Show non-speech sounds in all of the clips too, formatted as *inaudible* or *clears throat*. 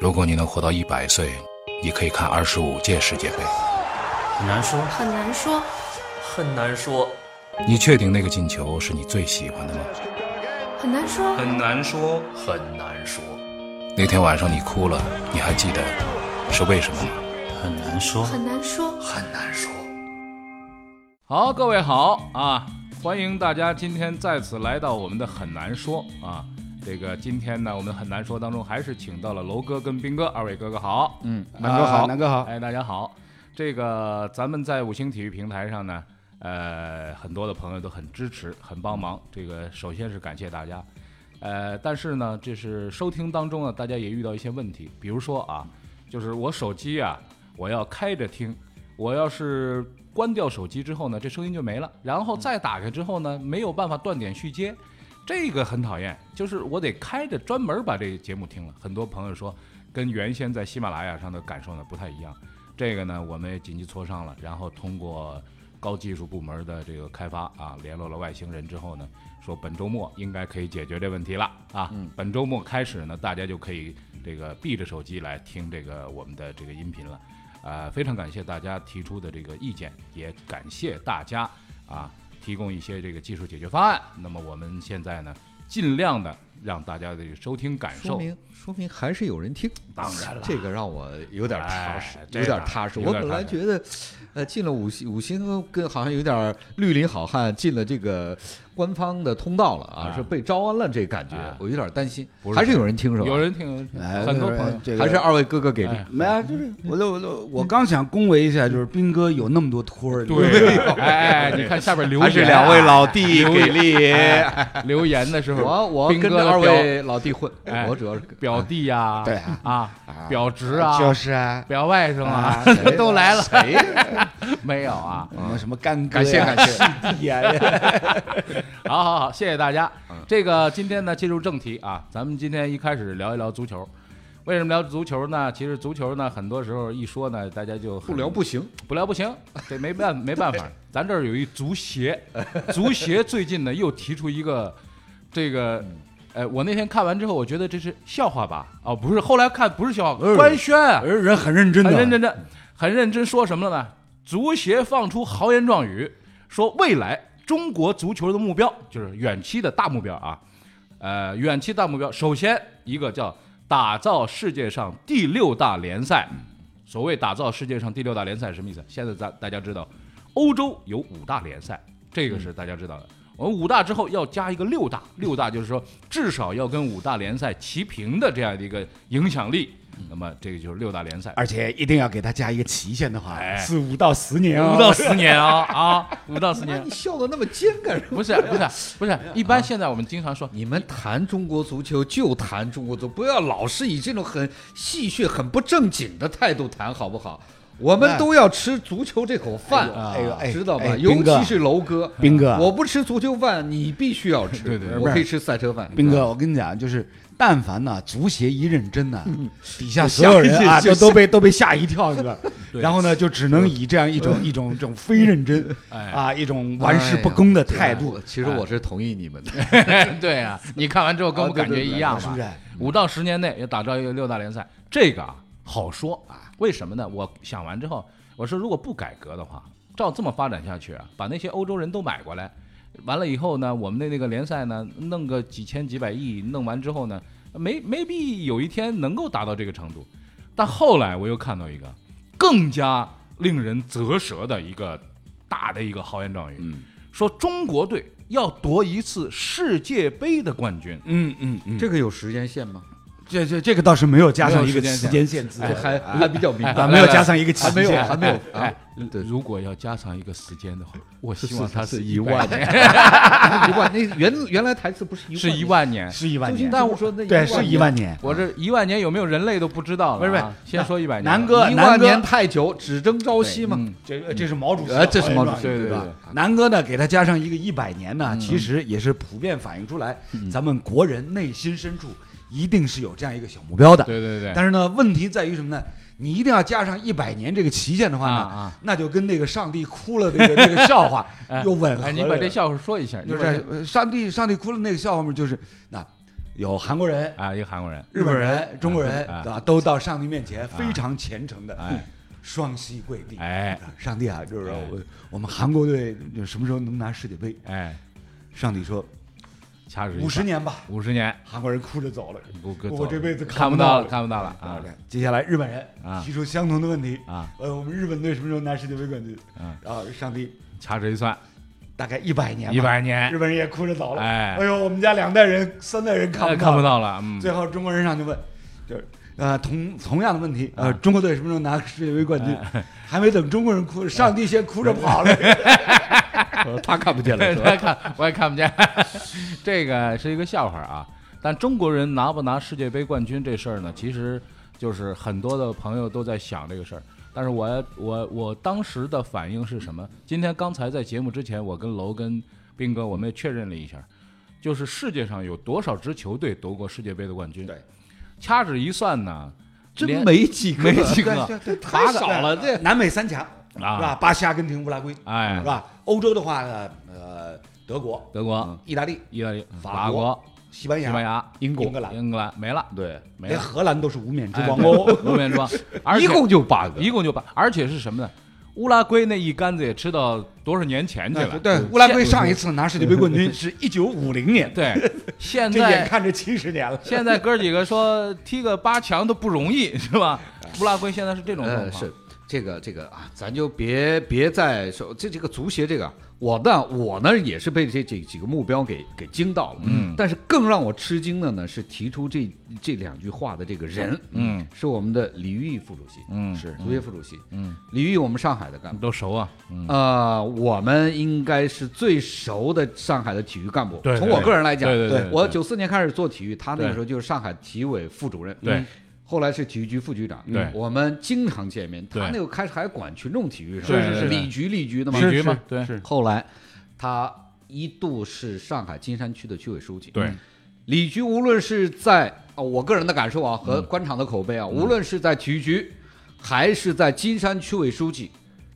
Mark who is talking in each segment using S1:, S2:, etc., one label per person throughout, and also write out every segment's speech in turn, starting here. S1: 如果你能活到一百岁，你可以看二十五届世界杯。
S2: 很难说，
S3: 很难说，
S2: 很难说，
S1: 你确定那个进球是你最喜欢的吗？
S3: 很难说，
S2: 很难说，很难说，
S1: 那天晚上你哭了，你还记得是为什么吗？
S4: 很难说，
S3: 很难说。
S2: 很难说。
S5: 好，各位好啊！欢迎大家今天再次来到我们的很难说啊。这个今天呢，我们很难说当中还是请到了楼哥跟斌哥二位哥哥好，
S4: 嗯，南哥好，
S5: 啊
S4: 南哥好，
S5: 哎，大家好。这个咱们在五星体育平台上呢，呃，很多的朋友都很支持，很帮忙。这个首先是感谢大家，呃，但是呢，这是收听当中呢，大家也遇到一些问题，比如说啊，就是我手机啊，我要开着听，我要是关掉手机之后呢，这声音就没了，然后再打开之后呢，没有办法断点续接，这个很讨厌，就是我得开着专门把这节目听了。很多朋友说，跟原先在喜马拉雅上的感受呢不太一样。这个呢，我们也紧急磋商了，然后通过高技术部门的这个开发啊，联络了外星人之后呢，说本周末应该可以解决这问题了啊。
S6: 嗯
S5: 本周末开始呢，大家就可以这个闭着手机来听这个我们的这个音频了。呃，非常感谢大家提出的这个意见，也感谢大家啊提供一些这个技术解决方案。那么我们现在呢，尽量的让大家的这个收听感
S6: 说
S5: 受，
S6: 明说明还是有人听，
S5: 当然了
S6: 这个让我有点踏实
S5: 哎，
S6: 有
S5: 这
S6: 点
S5: 个
S6: 踏实。
S5: 有
S6: 我
S5: 点
S6: 本
S5: 踏
S6: 来
S5: 实
S6: 觉得，呃，进了五星五星跟好像有点绿林好汉进了这个官方的通道了啊，
S5: 啊
S6: 是被招安了这感觉
S5: 啊，
S6: 我有点担心
S5: 不。是
S6: 还是有人听是吧？
S5: 有人听，有人听
S4: 哎
S5: 很多朋友。
S4: 这个
S6: 还是二位哥哥给力。
S5: 哎
S4: 没啊，就是我就我就我刚想恭维一下，就是斌哥有那么多托 *laughs* 儿，
S5: 对，哎哎，你看下边留言啊，
S6: 弟给力
S5: 留言的时候，
S6: 我我
S5: 斌
S6: 跟
S5: 哥
S6: 着
S5: 的
S6: 二
S5: 表
S6: 位老弟混
S5: 哎，
S6: 我主要是
S5: 表弟呀，
S4: 对啊
S5: 啊，表侄啊，
S4: 就是啊，
S5: 表外甥 *laughs* 啊，
S4: 谁
S5: 都来了，
S6: 谁呀？
S5: *laughs* 没有啊？
S4: 我们什么干哥，哎
S6: 感谢感
S4: *laughs*
S6: 谢。
S4: 谢，
S5: 好好好，谢谢大家。这个今天呢，进入正题啊，咱们今天一开始聊一聊足球。为什么聊足球呢？其实足球呢，很多时候一说呢，大家就很
S6: 不聊不行，
S5: 不聊不 *laughs* 行，这没办没办 *laughs* 法。咱这儿有一足协，足协最近呢又提出一个这个，呃，我那天看完之后，我觉得这是笑话吧？哦，不是，后来看不是笑话，
S4: 哎
S5: 官宣啊，
S4: 人人很认真的，
S5: 很认真的，很认真说什么了呢？足协放出豪言壮语，说未来中国足球的目标就是远期的大目标啊，呃，远期大目标，首先一个叫打造世界上第六大联赛。所谓打造世界上第六大联赛是什么意思？现在咱大家知道，欧洲有五大联赛，这个是大家知道的。我们五大之后要加一个六大，六大就是说至少要跟五大联赛齐平的这样的一个影响力。那么这个就是六大联赛。
S4: 而且一定要给他加一个期限的话
S5: 哎，
S4: 是五到十年哦，
S5: 五到十年啊啊，五到十
S6: 哎
S5: 年
S6: 你，笑的那么尖干什么？
S5: 不是不是不是，一般现在我们经常说，
S6: 你们谈中国足球就谈中国足，不要老是以这种很戏谑、很不正经的态度谈，好不好？我们都要吃足球这口饭，啊
S4: 哎呦哎呦
S6: 知道吧？
S4: 哎
S6: 尤
S4: 斌哥
S6: 其是楼哥，
S4: 斌哥
S6: 我不吃足球饭，你必须要吃。
S5: 对对
S6: 我可以吃赛车饭。
S4: 斌哥，我跟你讲，就是但凡呐、足协一认真呐、底下
S6: 所有人啊
S4: 都都被都被吓一跳，是吧？ *laughs* 然后呢，就只能以这样一种一种这种非认真
S5: 哎
S4: 啊，一种玩世不恭的态度，
S6: 哎
S4: 哎
S6: 呀其实我是同意你们的。
S5: *laughs* 对啊，你看完之后跟我
S6: 啊对
S5: 感觉一样
S4: 是
S5: 吧
S4: 不？是？
S5: 五到十年内要打造一个六大联赛，这个啊好说啊，为什么呢？我想完之后，我说如果不改革的话，照这么发展下去啊，把那些欧洲人都买过来，完了以后呢，我们的那个联赛呢，弄个几千几百亿，弄完之后呢，没没必有一天能够达到这个程度。但后来我又看到一个更加令人啧舌的一个大的一个豪言壮语，说中国队要夺一次世界杯的冠军。
S4: 嗯嗯嗯，
S6: 这个有时间线吗？
S4: 这这这个倒是没有加上一个
S5: 没有时
S4: 时
S5: 间
S4: 间限制，
S6: 这还还比较明
S5: 哎
S4: 啊，
S6: 白。
S4: 没有加上一个期
S6: 还没有
S4: 限，
S6: 还没有啊
S5: 哎，
S6: 对
S5: 如果要加上一个时间的话，我希望
S6: 是
S5: 它是
S6: 是是
S5: 一
S6: 一
S5: 万
S6: 万
S4: *laughs*
S5: 年，
S6: 一万，那原原来台词不是一万，
S5: 是一。万年。
S4: 是一万
S6: 周
S4: 年
S6: 星，
S5: 但
S6: 驰
S5: 我
S6: 不说那
S4: 对，是一
S6: 年
S4: 万年。
S5: 我这一万年有没有人类都不知道了啊。
S4: 不是不是
S5: 先说一百年。
S4: 南哥
S6: 一
S4: 南
S6: 万
S4: 哥
S6: 年太久，只争朝夕嘛。
S5: 嗯
S4: 这呃这是毛主席的
S6: 哎这是毛主席
S4: 对
S5: 对
S4: 吧
S5: 对？
S4: 南哥呢，给他加上一个一百年呢，
S6: 嗯
S4: 其实也是普遍反映出来，咱们国人内心深处一定是有这样一个小目标的。
S5: 对对对，
S4: 但是呢，问题在于什么呢？你一定要加上一百年这个期限的话
S5: 啊
S4: 呢
S5: 啊，
S4: 那就跟那个上帝哭了那个那个
S6: *laughs*
S4: 笑话
S5: 哎
S4: 又吻合
S5: 哎，
S4: 了。
S5: 你把这笑话说一下，
S4: 就
S5: 你把
S4: 是呃上帝上帝哭了那个笑话嘛，就是那有韩国人、
S5: 啊，一个韩国人，
S4: 日本人、中国人，
S5: 啊
S4: 对吧？都到上帝面前非常虔诚的
S5: 哎
S4: 双膝跪地。
S5: 哎
S4: 上帝啊，就是说
S5: 哎
S4: 我我们韩国队就什么时候能拿世界杯？
S5: 哎，
S4: 上帝说
S5: 掐指一算
S4: 五十，年吧。
S5: 五十年，
S4: 韩国人哭着走了，
S5: 我哥走
S4: 我
S5: 了
S4: 这辈子
S5: 看
S4: 不
S5: 不
S4: 到
S5: 到了看不到了啊
S4: 对接下来日本人
S5: 啊
S4: 提出相同的问题
S5: 啊，
S4: 呃，我们日本队什么时候拿世界杯冠军？
S5: 嗯，
S4: 然后上帝
S5: 掐指一算，
S4: 大概一百年吧，
S5: 一百年
S4: 日，本人也哭着走了。
S5: 哎
S4: 哎呦，我们家两代人、三代人看
S5: 哎
S4: 不
S5: 看
S4: 到
S5: 不
S4: 了。
S5: 到了，嗯，
S4: 最后中国人上去问，就是呃同同样的问题，呃
S5: 啊
S4: 中国队什么时候拿世界杯冠军？ *laughs* 还没等中国人哭，上帝先哭着跑
S5: *laughs*
S4: 了。
S6: 他看不见了，是
S5: 我也
S6: 吧？
S5: 看，我也看不见。 *laughs* 这个是一个笑话啊。但中国人拿不拿世界杯冠军这事儿呢，其实就是很多的朋友都在想这个事儿。但是我我我当时的反应是什么？今天刚才在节目之前，我跟楼跟斌哥我们也确认了一下，就是世界上有多少支球队夺过世界杯的冠军？
S6: 对，
S5: 掐指一算呢，
S6: 真
S5: 连
S6: 没几个，
S5: 没几个
S6: 对对对太少了，这
S4: 南美三强是
S5: 啊
S4: 吧？巴西、阿根廷、乌拉圭
S5: 哎
S4: 是，吧？欧洲的话呢，呃，德国、
S5: 德
S6: 嗯
S5: 国、
S4: 意大利、
S5: 意大利、
S4: 法
S5: 法
S4: 国
S5: 国、
S4: 西班
S5: 西
S4: 牙、
S5: 班牙、
S4: 英国英
S5: 英格兰没了，
S6: 对，
S5: 没
S4: 连
S5: 了。
S4: 荷兰都是无冕之
S5: 哎
S4: 王
S5: 对 *laughs*
S4: 哦。
S5: 无冕之王，而且
S6: 一共就八个，
S5: 一共就八，而且是什么呢？乌拉圭那一竿子也吃到多少年前去
S4: 那
S5: 了？
S4: 对，乌拉圭上一次拿世界杯冠军是一九五零
S5: *laughs*
S4: 年，
S5: 对，现
S4: 这眼
S5: 在
S4: 看着七十年了。
S5: 现在哥几个说踢个八强都不容易， *laughs* 是吧？乌拉圭现在是这种状
S6: 呃，
S5: 况
S6: 是，这个这个啊，咱就别别再说这这个足协这个啊，我呢我呢也是被这这几个目标给给惊到了，
S5: 嗯
S6: 但是更让我吃惊的呢是提出这这两句话的这个人，
S5: 嗯，
S6: 是我们的李玉副主席，
S5: 嗯
S6: 是足协副主席，
S5: 嗯，
S6: 李玉我们上海的干
S5: 你
S6: 部，
S5: 都熟啊，嗯，
S6: 呃，我们应该是最熟的上海的体育干部，
S5: 对
S6: 从我个人来讲，
S5: 对对对
S6: 我
S5: 对
S6: 九四年开始做体育，他那个
S5: 对
S6: 时候就是上海体委副主任，
S5: 对
S6: 嗯，后来是体育局副局长，
S5: 对
S6: 嗯我们经常见面。
S5: 对
S6: 他那个开始还管群众体育什
S5: 是
S6: 么
S5: 是
S6: 的，
S5: 是
S6: 里局里局的嘛，
S5: 李局嘛，对，
S6: 后来他一度是上海金山区的区委书记，
S5: 对，
S6: 李局无论是在啊，我个人的感受啊和官场的口碑啊，
S5: 嗯
S6: 无论是在体育局，还是在金山区委书记，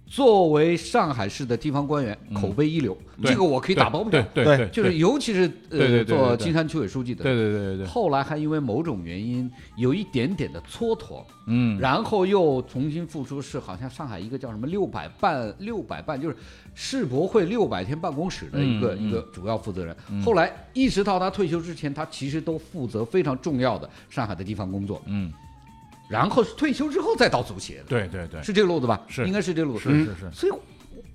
S6: 作为上海市的地方官员，口碑一流，
S5: 嗯对
S6: 这个我可以打包票
S5: 对，对对，对
S6: 就是尤其是
S5: 对对
S6: 呃
S5: 对对
S6: 做
S5: 对
S6: 金山区委书记的，
S5: 对对对对对，
S6: 后来还因为某种原因有一点点的蹉跎，
S5: 嗯，
S6: 然后又重新复出，是好像上海一个叫什么六百办六百办，就是世博会六百天办公室的一个、
S5: 嗯嗯嗯
S6: 一个主要负责人。后来一直到他退休之前，他其实都负责非常重要的上海的地方工作。
S5: 嗯，
S6: 然后是退休之后再到足协的，
S5: 对对对，
S6: 是这个路子吧？
S5: 是
S6: 应该是这路子。
S5: 是是是
S6: 所以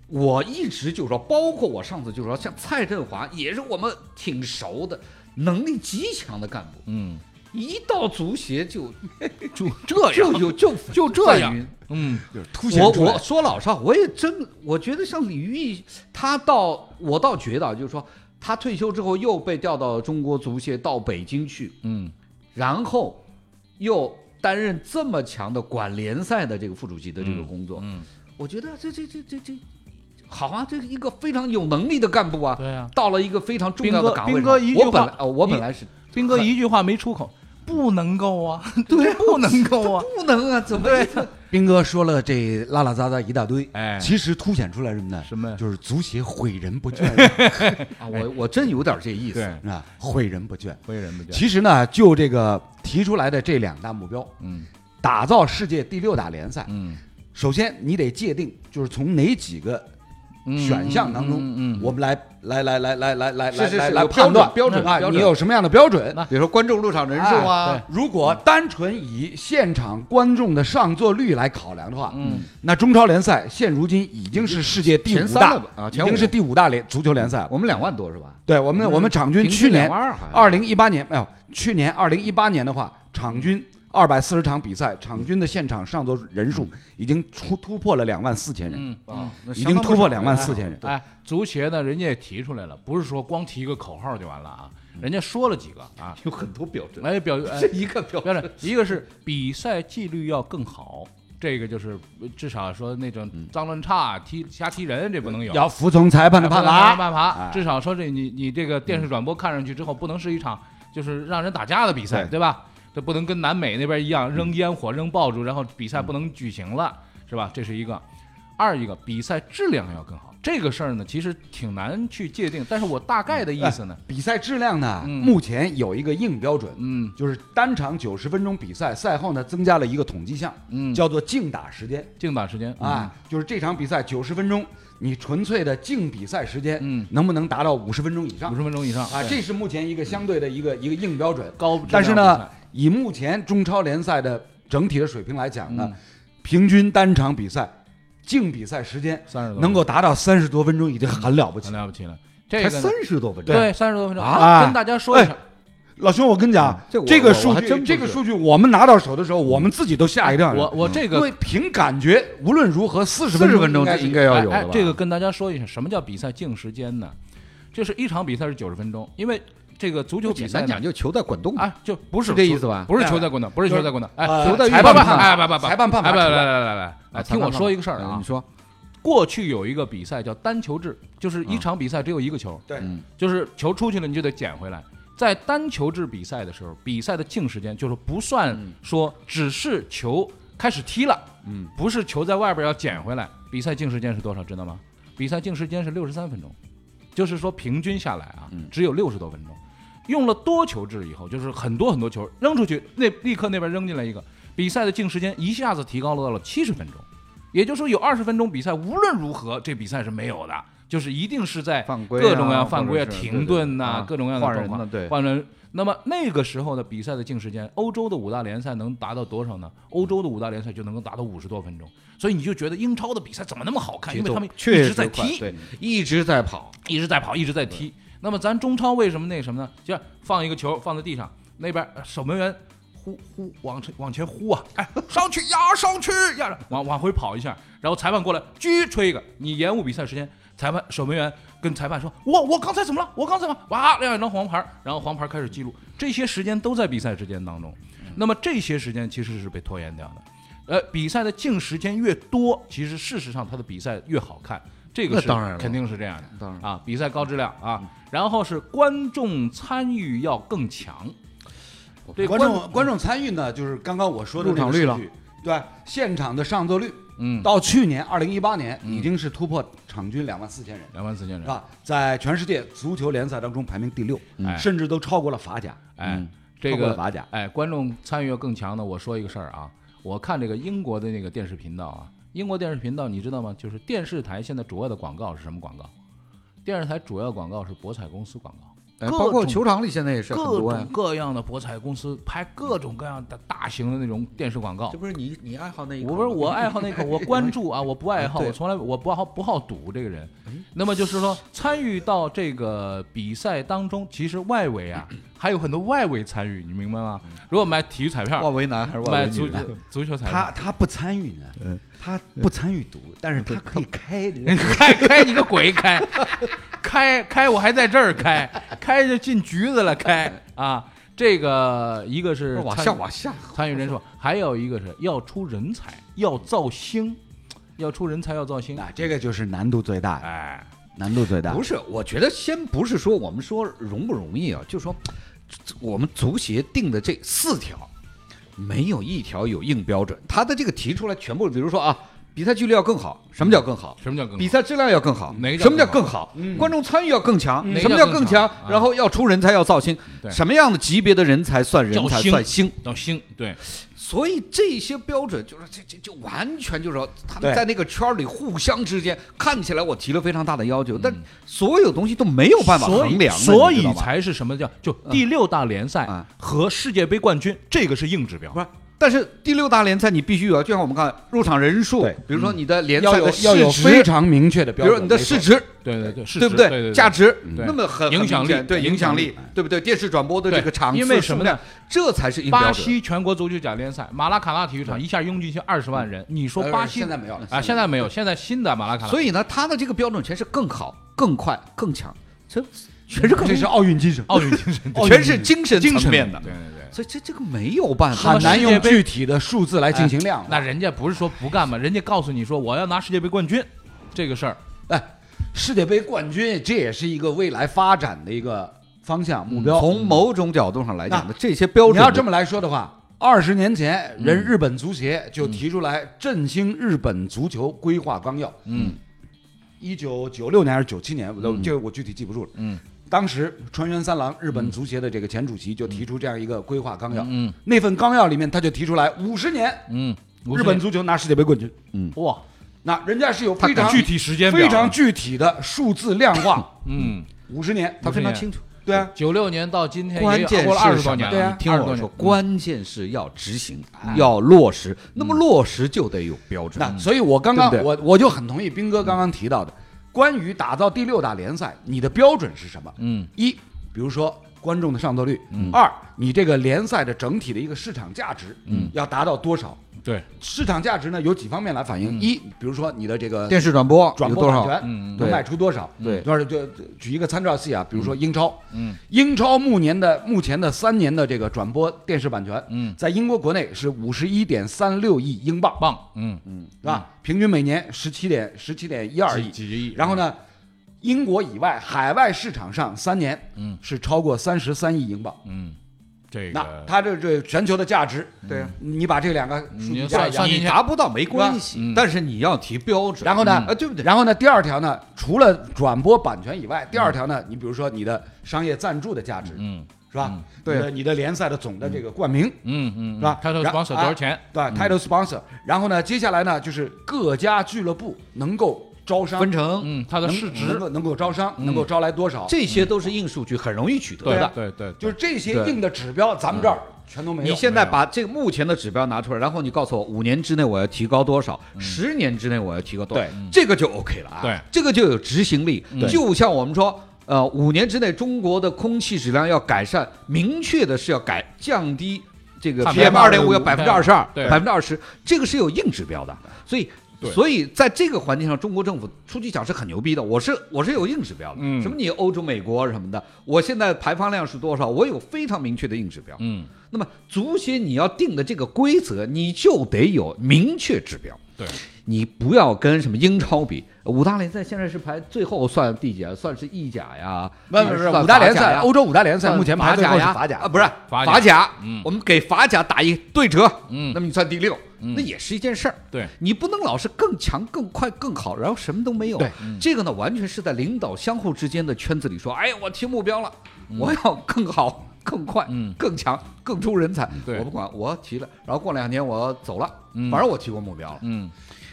S6: 我一直就说，包括我上次就说，像蔡振华也是我们挺熟的，能力极强的干部，
S5: 嗯，
S6: 一到足协就 *laughs*
S5: 就这
S6: 就有就就
S5: 这样，嗯，
S4: 凸显
S6: 我
S4: 出来
S6: 我说老实话，我也真我觉得像李玉，他到我倒觉得啊，就是说他退休之后又被调到中国足协到北京去，
S5: 嗯，
S6: 然后又担任这么强的管联赛的这个副主席的这个工作，
S5: 嗯，
S6: 我觉得啊这这这这这好啊，这是一个非常有能力的干部啊，
S5: 对啊
S6: 到了一个非常重要
S5: 斌
S6: 的
S5: 哥
S6: 岗位
S5: 斌
S6: 上，
S5: 哥一句
S6: 我本
S5: 话
S6: 来哦，我本
S5: 一
S6: 来是
S5: 斌哥一句话没出口，不能够啊，对，不能够
S6: *laughs*
S5: 啊，
S6: 不能啊，怎么
S4: 斌哥说了这拉拉杂杂一大堆，
S5: 哎
S4: 其实凸显出来什么呢？
S5: 什么呀
S4: 就是足协毁人不倦 *laughs*
S6: 啊？我我真有点这意思，
S5: 哎对，
S4: 啊，毁人不倦。
S5: 为人不倦，
S4: 其实呢，就这个提出来的这两大目标，
S5: 嗯
S4: 打造世界第六大联赛，
S5: 嗯，
S4: 首先你得界定，就是从哪几个选项当中，
S5: 嗯，
S4: 我们来来来来来来来
S6: 是是是
S4: 来来
S6: 有标
S4: 判断
S6: 准标准
S4: 啊，
S6: 标
S4: 你
S6: 准
S4: 有什么样的标准？
S6: 比如说观众入场人数啊，
S4: 哎如果单纯以现场观众的上座率来考量的话，
S5: 嗯，
S4: 那中超联赛现如今已经是世界第
S6: 前
S4: 五
S6: 三
S4: 大
S6: 了吧啊
S4: 已
S6: 前五
S4: 经是第五大联足球联赛了。
S6: 我们两万多是吧？
S4: 对我们的，我们场均
S6: 平均
S4: 去年
S6: 2.2好像
S4: 二零一八年没有，去年二零一八年的话，场均二百四十场比赛，场均的现场上座人数已经突突破了两万四千人。
S5: 嗯
S6: 啊，那
S4: 已
S6: 相
S4: 经
S6: 当
S4: 突
S6: 不
S4: 破
S6: 少
S4: 两
S6: 了
S4: 万四千人。
S5: 哎，足协呢，人家也提出来了，不是说光提一个口号就完了啊，人家说了几个啊，
S6: 有很多标准，
S5: 哎，
S4: *laughs*
S5: 表哎
S6: 这一个标
S5: 标
S6: 准
S5: 准，一个是比赛纪律要更好，这个就是呃至少说那种脏乱差、踢瞎踢人这不能有，
S4: 嗯要服从
S5: *laughs*
S4: 裁判的判
S5: 罚
S4: 罚。
S5: 判罚，至少说这你你这个电视转播看上去之后，不能是一场就是让人打架的比赛，
S4: 对嗯
S5: 对吧？这不能跟南美那边一样扔烟火、扔爆竹，然后比赛不能举行了，是吧？这是一个。二一个比赛质量要更好。这个事儿呢，其实挺难去界定，但是我大概的意思呢，
S4: 比赛质量呢，
S5: 嗯
S4: 目前有一个硬标准，
S5: 嗯
S4: 就是单场九十分钟比赛，赛后呢增加了一个统计项，
S5: 嗯，
S4: 叫做竞打时间
S5: 竞打时间，
S4: 啊，就是这场比赛九十分钟，你纯粹的竞比赛时间，
S5: 嗯
S4: 能不能达到五十分钟以上
S5: 五十分钟以上
S4: 啊？这是目前一个相对的一个一个硬标准。
S5: 嗯高质量
S4: 但是
S5: 比
S4: 呢
S5: 赛，，
S4: 以目前中超联赛的整体的水平来讲呢
S5: 嗯，
S4: 平均单场比赛净比赛时间
S5: 三十多
S4: 能够达到三十多分钟，已经很了不起
S5: 很
S4: 了。
S5: 了不起了，嗯这
S4: 才
S5: 个呢
S4: 三十多分钟，
S5: 对三十多分钟
S4: 啊
S5: 跟大家说一下，
S4: 老兄，我跟
S5: 嗯
S4: 你讲，
S6: 这我
S4: 这个
S6: 我
S4: 数
S6: 还
S4: 据，
S6: 真不
S4: 这个
S6: 是
S4: 数据我们拿到手的时候，我们自己都吓一跳。
S5: 嗯
S4: 嗯
S5: 我我这
S4: 因
S5: 个
S4: 为凭感觉，无论如何，四十
S6: 40分钟
S4: 应
S6: 应该
S4: 该是
S6: 要有
S5: 哎哎
S6: 的吧
S5: 这个跟大家说一下，什么叫比赛净时间呢？就是一场比赛是九十分钟，因为这个足球比
S6: 简
S5: 赛
S6: 单
S5: 呢
S6: 讲就球在滚动嘛，
S5: 啊，就不是
S6: 是这
S5: 球
S6: 意思吧
S5: 不是球在滚动，不是球在滚动，哎，
S4: 呃
S6: 球在
S5: 裁
S6: 裁
S5: 判
S6: 判
S5: 判
S6: 判
S5: 哎，不不不，
S4: 裁判判罚
S5: 哎，不
S4: 球
S5: 来来来来
S6: 啊
S5: 来，听我说一个事儿
S6: 嗯
S5: 啊
S6: 你，说
S5: 过去有一个比赛叫单球制，就是一场比赛只有一个球，
S4: 对
S6: 啊嗯
S5: 就是球出去了你就得捡回来。在单球制比赛的时候，比赛的净时间就是不算说只是球开始踢了，
S6: 嗯，
S5: 不是球在外边要捡回来。比赛净时间是多少？知道吗？比赛净时间是六十三分钟，就是说平均下来啊，
S6: 嗯
S5: 只有六十多分钟。用了多球制以后，就是很多很多球扔出去，那立刻那边扔进来一个，比赛的净时间一下子提高到了七十分钟，也就是说有二十分钟比赛无论如何这比赛是没有的，就是一定是在
S6: 犯规啊
S5: 各种各样犯规啊、
S6: 或者是
S5: 停顿呐、
S6: 对对对啊
S5: 各种各样的
S6: 换
S5: 状
S6: 人
S5: 况
S6: 呢对
S5: 换人。那么那个时候的比赛的净时间，欧洲的五大联赛能达到多少呢？欧洲的五大联赛就能够达到五十多分钟，所以你就觉得英超的比赛怎么那么好看？因为他们一
S6: 确
S5: 直
S6: 实
S5: 在
S6: 快
S5: 踢，
S6: 对，一直在跑，
S5: 一直在跑，一直在踢。那么咱中超为什么那什么呢？就是放一个球放在地上，那边呃守门员呼呼往前往前呼啊，哎，上去压上去压上，往往回跑一下，然后裁判过来，狙吹一个，你延误比赛时间。裁判守门员跟裁判说：“我我刚才怎么了？我刚才怎么了哇亮一张黄牌，然后黄牌开始记录，这些时间都在比赛时间当中。那么这些时间其实是被拖延掉的。呃，比赛的净时间越多，其实事实上他的比赛越好看，这个
S6: 那
S5: 是
S6: 当然了
S5: 肯定是这样的。
S6: 当然嗯
S5: 啊，比赛高质量啊，然后是观众参与要更强。对
S4: 观众观众参与呢，就是刚刚我说的那个
S6: 入场率了
S4: 数据，对，现场的上座率
S5: 嗯，
S4: 到去年二零一八年
S6: 嗯
S4: 已经是突破场均两万四千人，
S5: 两万四千
S4: 是
S5: 人，
S6: 啊
S4: 吧？在全世界足球联赛当中排名第六，
S5: 哎
S4: 甚至都超过了法甲。
S5: 哎
S6: 嗯，
S5: 这
S4: 超过
S5: 个
S4: 了法甲
S5: 哎，观众参与要更强呢。我说一个事儿啊，我看这个英国的那个电视频道啊，英国电视频道你知道吗？就是电视台现在主要的广告是什么广告？电视台主要广告是博彩公司广告。
S6: 哎
S5: 各
S6: 包括
S5: 种
S6: 球场里现在也是很
S5: 各
S6: 多呀
S5: 种。各样的博彩公司拍各种各样的大型的那种电视广告
S6: 这，不是你你爱好那一口
S5: 我不
S6: 吗？
S5: 是我爱好那口，我关注
S6: *laughs*
S5: 啊，我不爱好，
S6: 对哎
S5: 我从来我不好不好赌这个人。那么就是说，参与到这个比赛当中，其实外围
S6: *clears throat*
S5: 啊还有很多外围参与，你明白
S6: 嗯
S5: 吗？如果买体育彩
S6: 万
S5: 票，
S6: 维男还是
S5: 买
S6: 万维
S5: 足
S6: 女的？
S5: 足球
S6: 哎
S5: 彩
S4: 他
S5: 票，
S4: 他不参与
S6: 嗯
S4: 呢，他不参与赌，但是他可以
S6: *laughs*
S4: 开这个
S5: *laughs* 开开你个鬼开，开开我还在这儿开，开就进局子了开啊！这个一个是
S6: 往
S5: 参
S6: 下往下，
S5: 参与人数，还有一个是要出人才，要造星，要出人才要造星，
S4: 那啊这个就是难度最大，
S5: 哎。
S4: 难度最大。
S6: 不是，我觉得先不是说我们说容不容易啊，就说我们足协定的这四条，没有一条有硬标准，他的这个提出来全部，比如说啊，比赛纪律要更好，什么叫更好？
S5: 什么叫更好
S6: 比赛质量要更好，
S5: 哪个叫
S6: 什么叫
S5: 更嗯
S6: 更好？观众参与要更强，
S5: 哪个
S6: 什么
S5: 叫
S6: 叫
S5: 更
S6: 更
S5: 强
S6: 强？
S5: 啊
S6: 然后要出人才，要造星
S5: 对，
S6: 什么样的级别的人才算人
S5: 叫
S6: 才
S5: 星
S6: 算星？
S5: 要星，对，
S6: 所以这些标准就是这这就完全就是说他
S4: 对
S6: 们在那个圈儿里互相之间看起来我提了非常大的要求，
S4: 嗯
S6: 但所有东西都没有办法
S5: 所
S6: 衡
S5: 以
S6: 量的，
S5: 所
S6: 你知
S5: 以
S6: 道吧
S5: 才是什么叫就第六大联赛
S6: 嗯
S5: 和世界杯冠军，这个是硬指标
S6: 不。是。但是第六大联赛你必须有，就像我们看入场人数
S4: 对，嗯
S6: 比如说你的联
S4: 要
S6: 赛
S4: 有
S6: 的
S4: 要有
S6: 市
S4: 非
S6: 值，
S4: 常明确的
S6: 比
S4: 标
S6: 如
S4: 准，
S6: 说你的
S4: 没错
S6: 市值，
S5: 对对对，是值
S6: 对不
S5: 对对？
S6: 价值，
S4: 嗯
S5: 对
S6: 那么很
S5: 影响力
S6: 很明显对
S5: 对
S6: 影响
S5: 影
S6: 力，对不对？电视转播的
S5: 对
S6: 这个场次，
S5: 因为什么呢？
S6: 这才是硬标
S5: 巴
S6: 准。
S5: 西全国足球甲联赛马拉卡纳体育场一下拥进去二十万人，你说
S4: 呃
S5: 巴西
S4: 现在没有了
S5: 啊？现在没有，现在新的马拉卡纳，
S6: 所以呢，他的这个标准全是更好、更快、更强，这全是更
S4: 这是奥运精神，
S5: 奥运精神，
S6: *laughs* 全是哦精神
S5: 精
S6: 层
S5: 神
S6: 面的。
S5: 对对对。
S6: 所以这这个没有办法，
S4: 很难
S5: 世界
S4: 用
S5: 杯
S4: 具体的数字来进行量化。
S5: 那人家不是说不干嘛，人家告诉你说我要拿世界杯冠军，这个事儿
S4: 哎，世界杯冠军这也是一个未来发展的一个方向目标。
S6: 嗯从某种角度上来讲
S4: 那
S6: 呢，这些标准嗯
S4: 你要这么来说的话，二十年前，人日本足协就提出来振兴日本足球规划纲要。
S5: 嗯，
S4: 一九九六年还是九七年，我都这个我具体记不住了。
S5: 嗯，
S4: 当时川原三郎日本足协的这个前主席就提出这样一个规划纲要。
S5: 嗯，
S4: 那份纲要里面他就提出来五十年
S5: 嗯，
S4: 日本足球拿世界杯冠军。
S6: 嗯
S5: 哇，
S4: 那人家是有非
S5: 他
S4: 常
S5: 具体时间表
S4: 非常具体的数字量 *laughs* 化。
S5: 嗯，
S4: 五十年，
S6: 他非
S5: 常
S6: 常
S5: 清
S6: 清楚。
S4: 对啊，
S5: 九六年到今天
S6: 关
S5: 也
S6: 键
S5: 过了二
S6: 是
S5: 十多
S6: 什么
S5: 年
S4: 对
S5: 了，
S4: 啊
S5: 你
S6: 听
S5: 听二十
S6: 我
S5: 多
S6: 说嗯哎
S5: 年，，
S6: 关键是要执行，要落实。那么落实就得有标准。
S4: 嗯那所以，我刚刚
S6: 对不
S4: 我我就很同意斌哥刚刚提到的，关于打造第六大联赛，你的标准是什么？
S5: 嗯，
S4: 一，比如说观众的上座率；二，你这个联赛的整体的一个市场价值，嗯，要达到多少？
S5: 对，
S4: 市场价值呢，有几方面来反映。一，比如说你的这个
S6: 电视转播
S4: 转
S6: 哦有
S4: 播
S6: 多
S4: 版
S6: 少？
S4: 权能
S6: 对
S4: 卖出多少？
S6: 对
S4: 就是就举一个参照系啊，比如说英超，嗯，英超目年的目前的三年的这个转播电视版权，
S5: 嗯，
S4: 在英国国内是五十一点三六亿英镑，
S5: 棒，嗯，
S4: 是吧？平均每年十七点十七点一二亿，
S5: 几几亿，
S4: 然后呢，英国以外海外市场上三年，
S5: 嗯，
S4: 是超过三十三亿英镑。
S5: 嗯，这
S4: 那
S5: 个
S4: 它这这全球的价值，
S6: 对啊
S4: 你把这两个数
S5: 嗯你
S4: 据加
S5: 算算
S4: 一加，
S5: 进
S6: 你
S5: 去
S6: 达不到没关
S5: 嗯
S6: 系，但是你要提标准。
S4: 然后呢，
S6: 啊，对不对？
S4: 然后呢，第二条呢，除了转播版权以外，第二条呢，你比如说你的商业赞助的价值，
S5: 嗯
S4: 是吧？
S6: 对
S4: 你的你的联赛的总的这个冠名，
S5: 嗯嗯，
S4: 是吧
S5: 他说
S4: 啊然
S5: 光手多少钱？嗯
S4: 对，title sponsor。然后呢，接下来呢，就是各家俱乐部能够招商
S6: 分成
S5: 嗯，它的
S4: 能
S5: 市
S4: 能
S5: 值，嗯
S4: 够能够招商，能够招来多少？
S6: 这些都是硬数据，很容易取得的。
S5: 对对，嗯
S4: 就是这些
S6: 对
S4: 硬的指标，咱们这儿全都没有。
S6: 你现在把这个目前的指标拿出来，然后你告诉我五年之内我要提高多少，十年之内我要提高多少
S4: 对，
S6: 这个就 OK 了啊。
S5: 对，
S6: 这个就有执行力
S5: 对。
S6: 就像我们说，呃，五年之内中国的空气质量要改善，明确的是要改降低这个
S5: 碳
S6: PM
S5: 排
S6: 二
S5: 放
S6: 点五要百分之二十二、
S5: 对
S6: 百分之二十，这个是有硬指标的，所以。
S5: 对
S6: 所以，在这个环境上，中国政府出去讲是很牛逼的。我是我是有硬指标的，
S5: 嗯
S6: 什么你欧洲、美国什么的，我现在排放量是多少，我有非常明确的硬指标。
S5: 嗯，
S6: 那么足协你要定的这个规则，你就得有明确指标。
S5: 对，
S6: 你不要跟什么英超比，五大联赛现在是排最后算第几啊？算是意甲呀？
S4: 不不是
S6: 算
S4: 五大联
S6: 法甲
S4: 赛，
S6: 呀
S4: 欧洲五大联赛
S6: 算
S4: 目前排最
S6: 甲
S4: 后是
S6: 呀？
S4: 法甲
S6: 啊，不是
S5: 法甲
S6: 甲。
S5: 嗯
S6: 我们给法甲打一对折，
S5: 嗯
S6: 那么你算第六，那也是一件事儿。
S5: 对，
S6: 你不能老是更强、更快、更好，然后什么都没有。
S4: 对
S5: 嗯
S6: 这个呢，完全是在领导相互之间的圈子里说：“哎呀，我提目标了，我要更好、 *laughs* 更快、
S5: 嗯
S6: 更强、更出人才。”
S5: 对
S6: 我不管，我提了，然后过两年我走了，
S5: 嗯
S6: 反正我提过目标了。
S5: 嗯，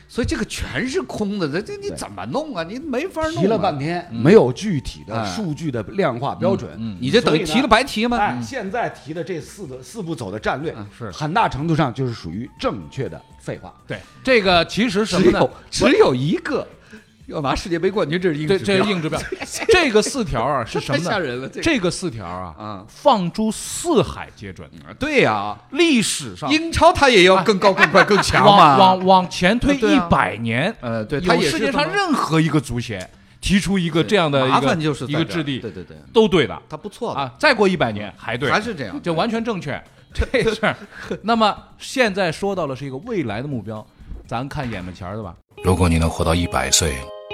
S6: 所以这个全是空的，这这你怎么弄啊？你没法弄、啊。
S4: 提了半，天，没有具体的
S6: 哎
S4: 数据的量化标准，
S6: 嗯你这等于
S4: 所以
S6: 提
S4: 呢
S6: 了白提
S5: 嗯
S6: 吗？
S4: 哎，现在提的这四个四步走的战
S6: 嗯
S4: 略，
S5: 是
S4: 很大程度上就是属于正确的废话。
S5: 对，这个其实什
S6: 只
S5: 么呢
S6: 有？只有一个要拿世界杯冠军，这是硬
S5: 这
S6: 指
S5: 这
S6: 标
S5: 是硬指标， *laughs* 这个四条啊是什么
S6: 太吓
S5: 呢？
S6: 人了，这个
S5: 这个四条啊，
S6: 啊、
S5: 放诸四海皆准，
S6: 对呀、
S5: 历史上
S6: 英超他也要更高、更快、更强
S5: 往
S6: 嘛。
S5: 往往前推
S6: 对
S5: 一
S6: 啊
S5: 百年，
S6: 呃，对，他
S5: 有
S6: 也
S5: 世
S6: 是
S5: 界
S6: 这么
S5: 上任何一个足协提出一个这样的一
S6: 麻
S5: 个
S6: 烦就是在
S5: 一个
S6: 这儿
S5: 质地
S6: 对对对，
S5: 都对的
S6: 他不错的，嗯
S5: 啊，再过一百年还对，
S6: 还是这样，
S5: 这完全正确，这事儿。那么现在说到了是一个未来的目标，咱看眼巴前儿的吧。
S1: 如果你能活到一百岁，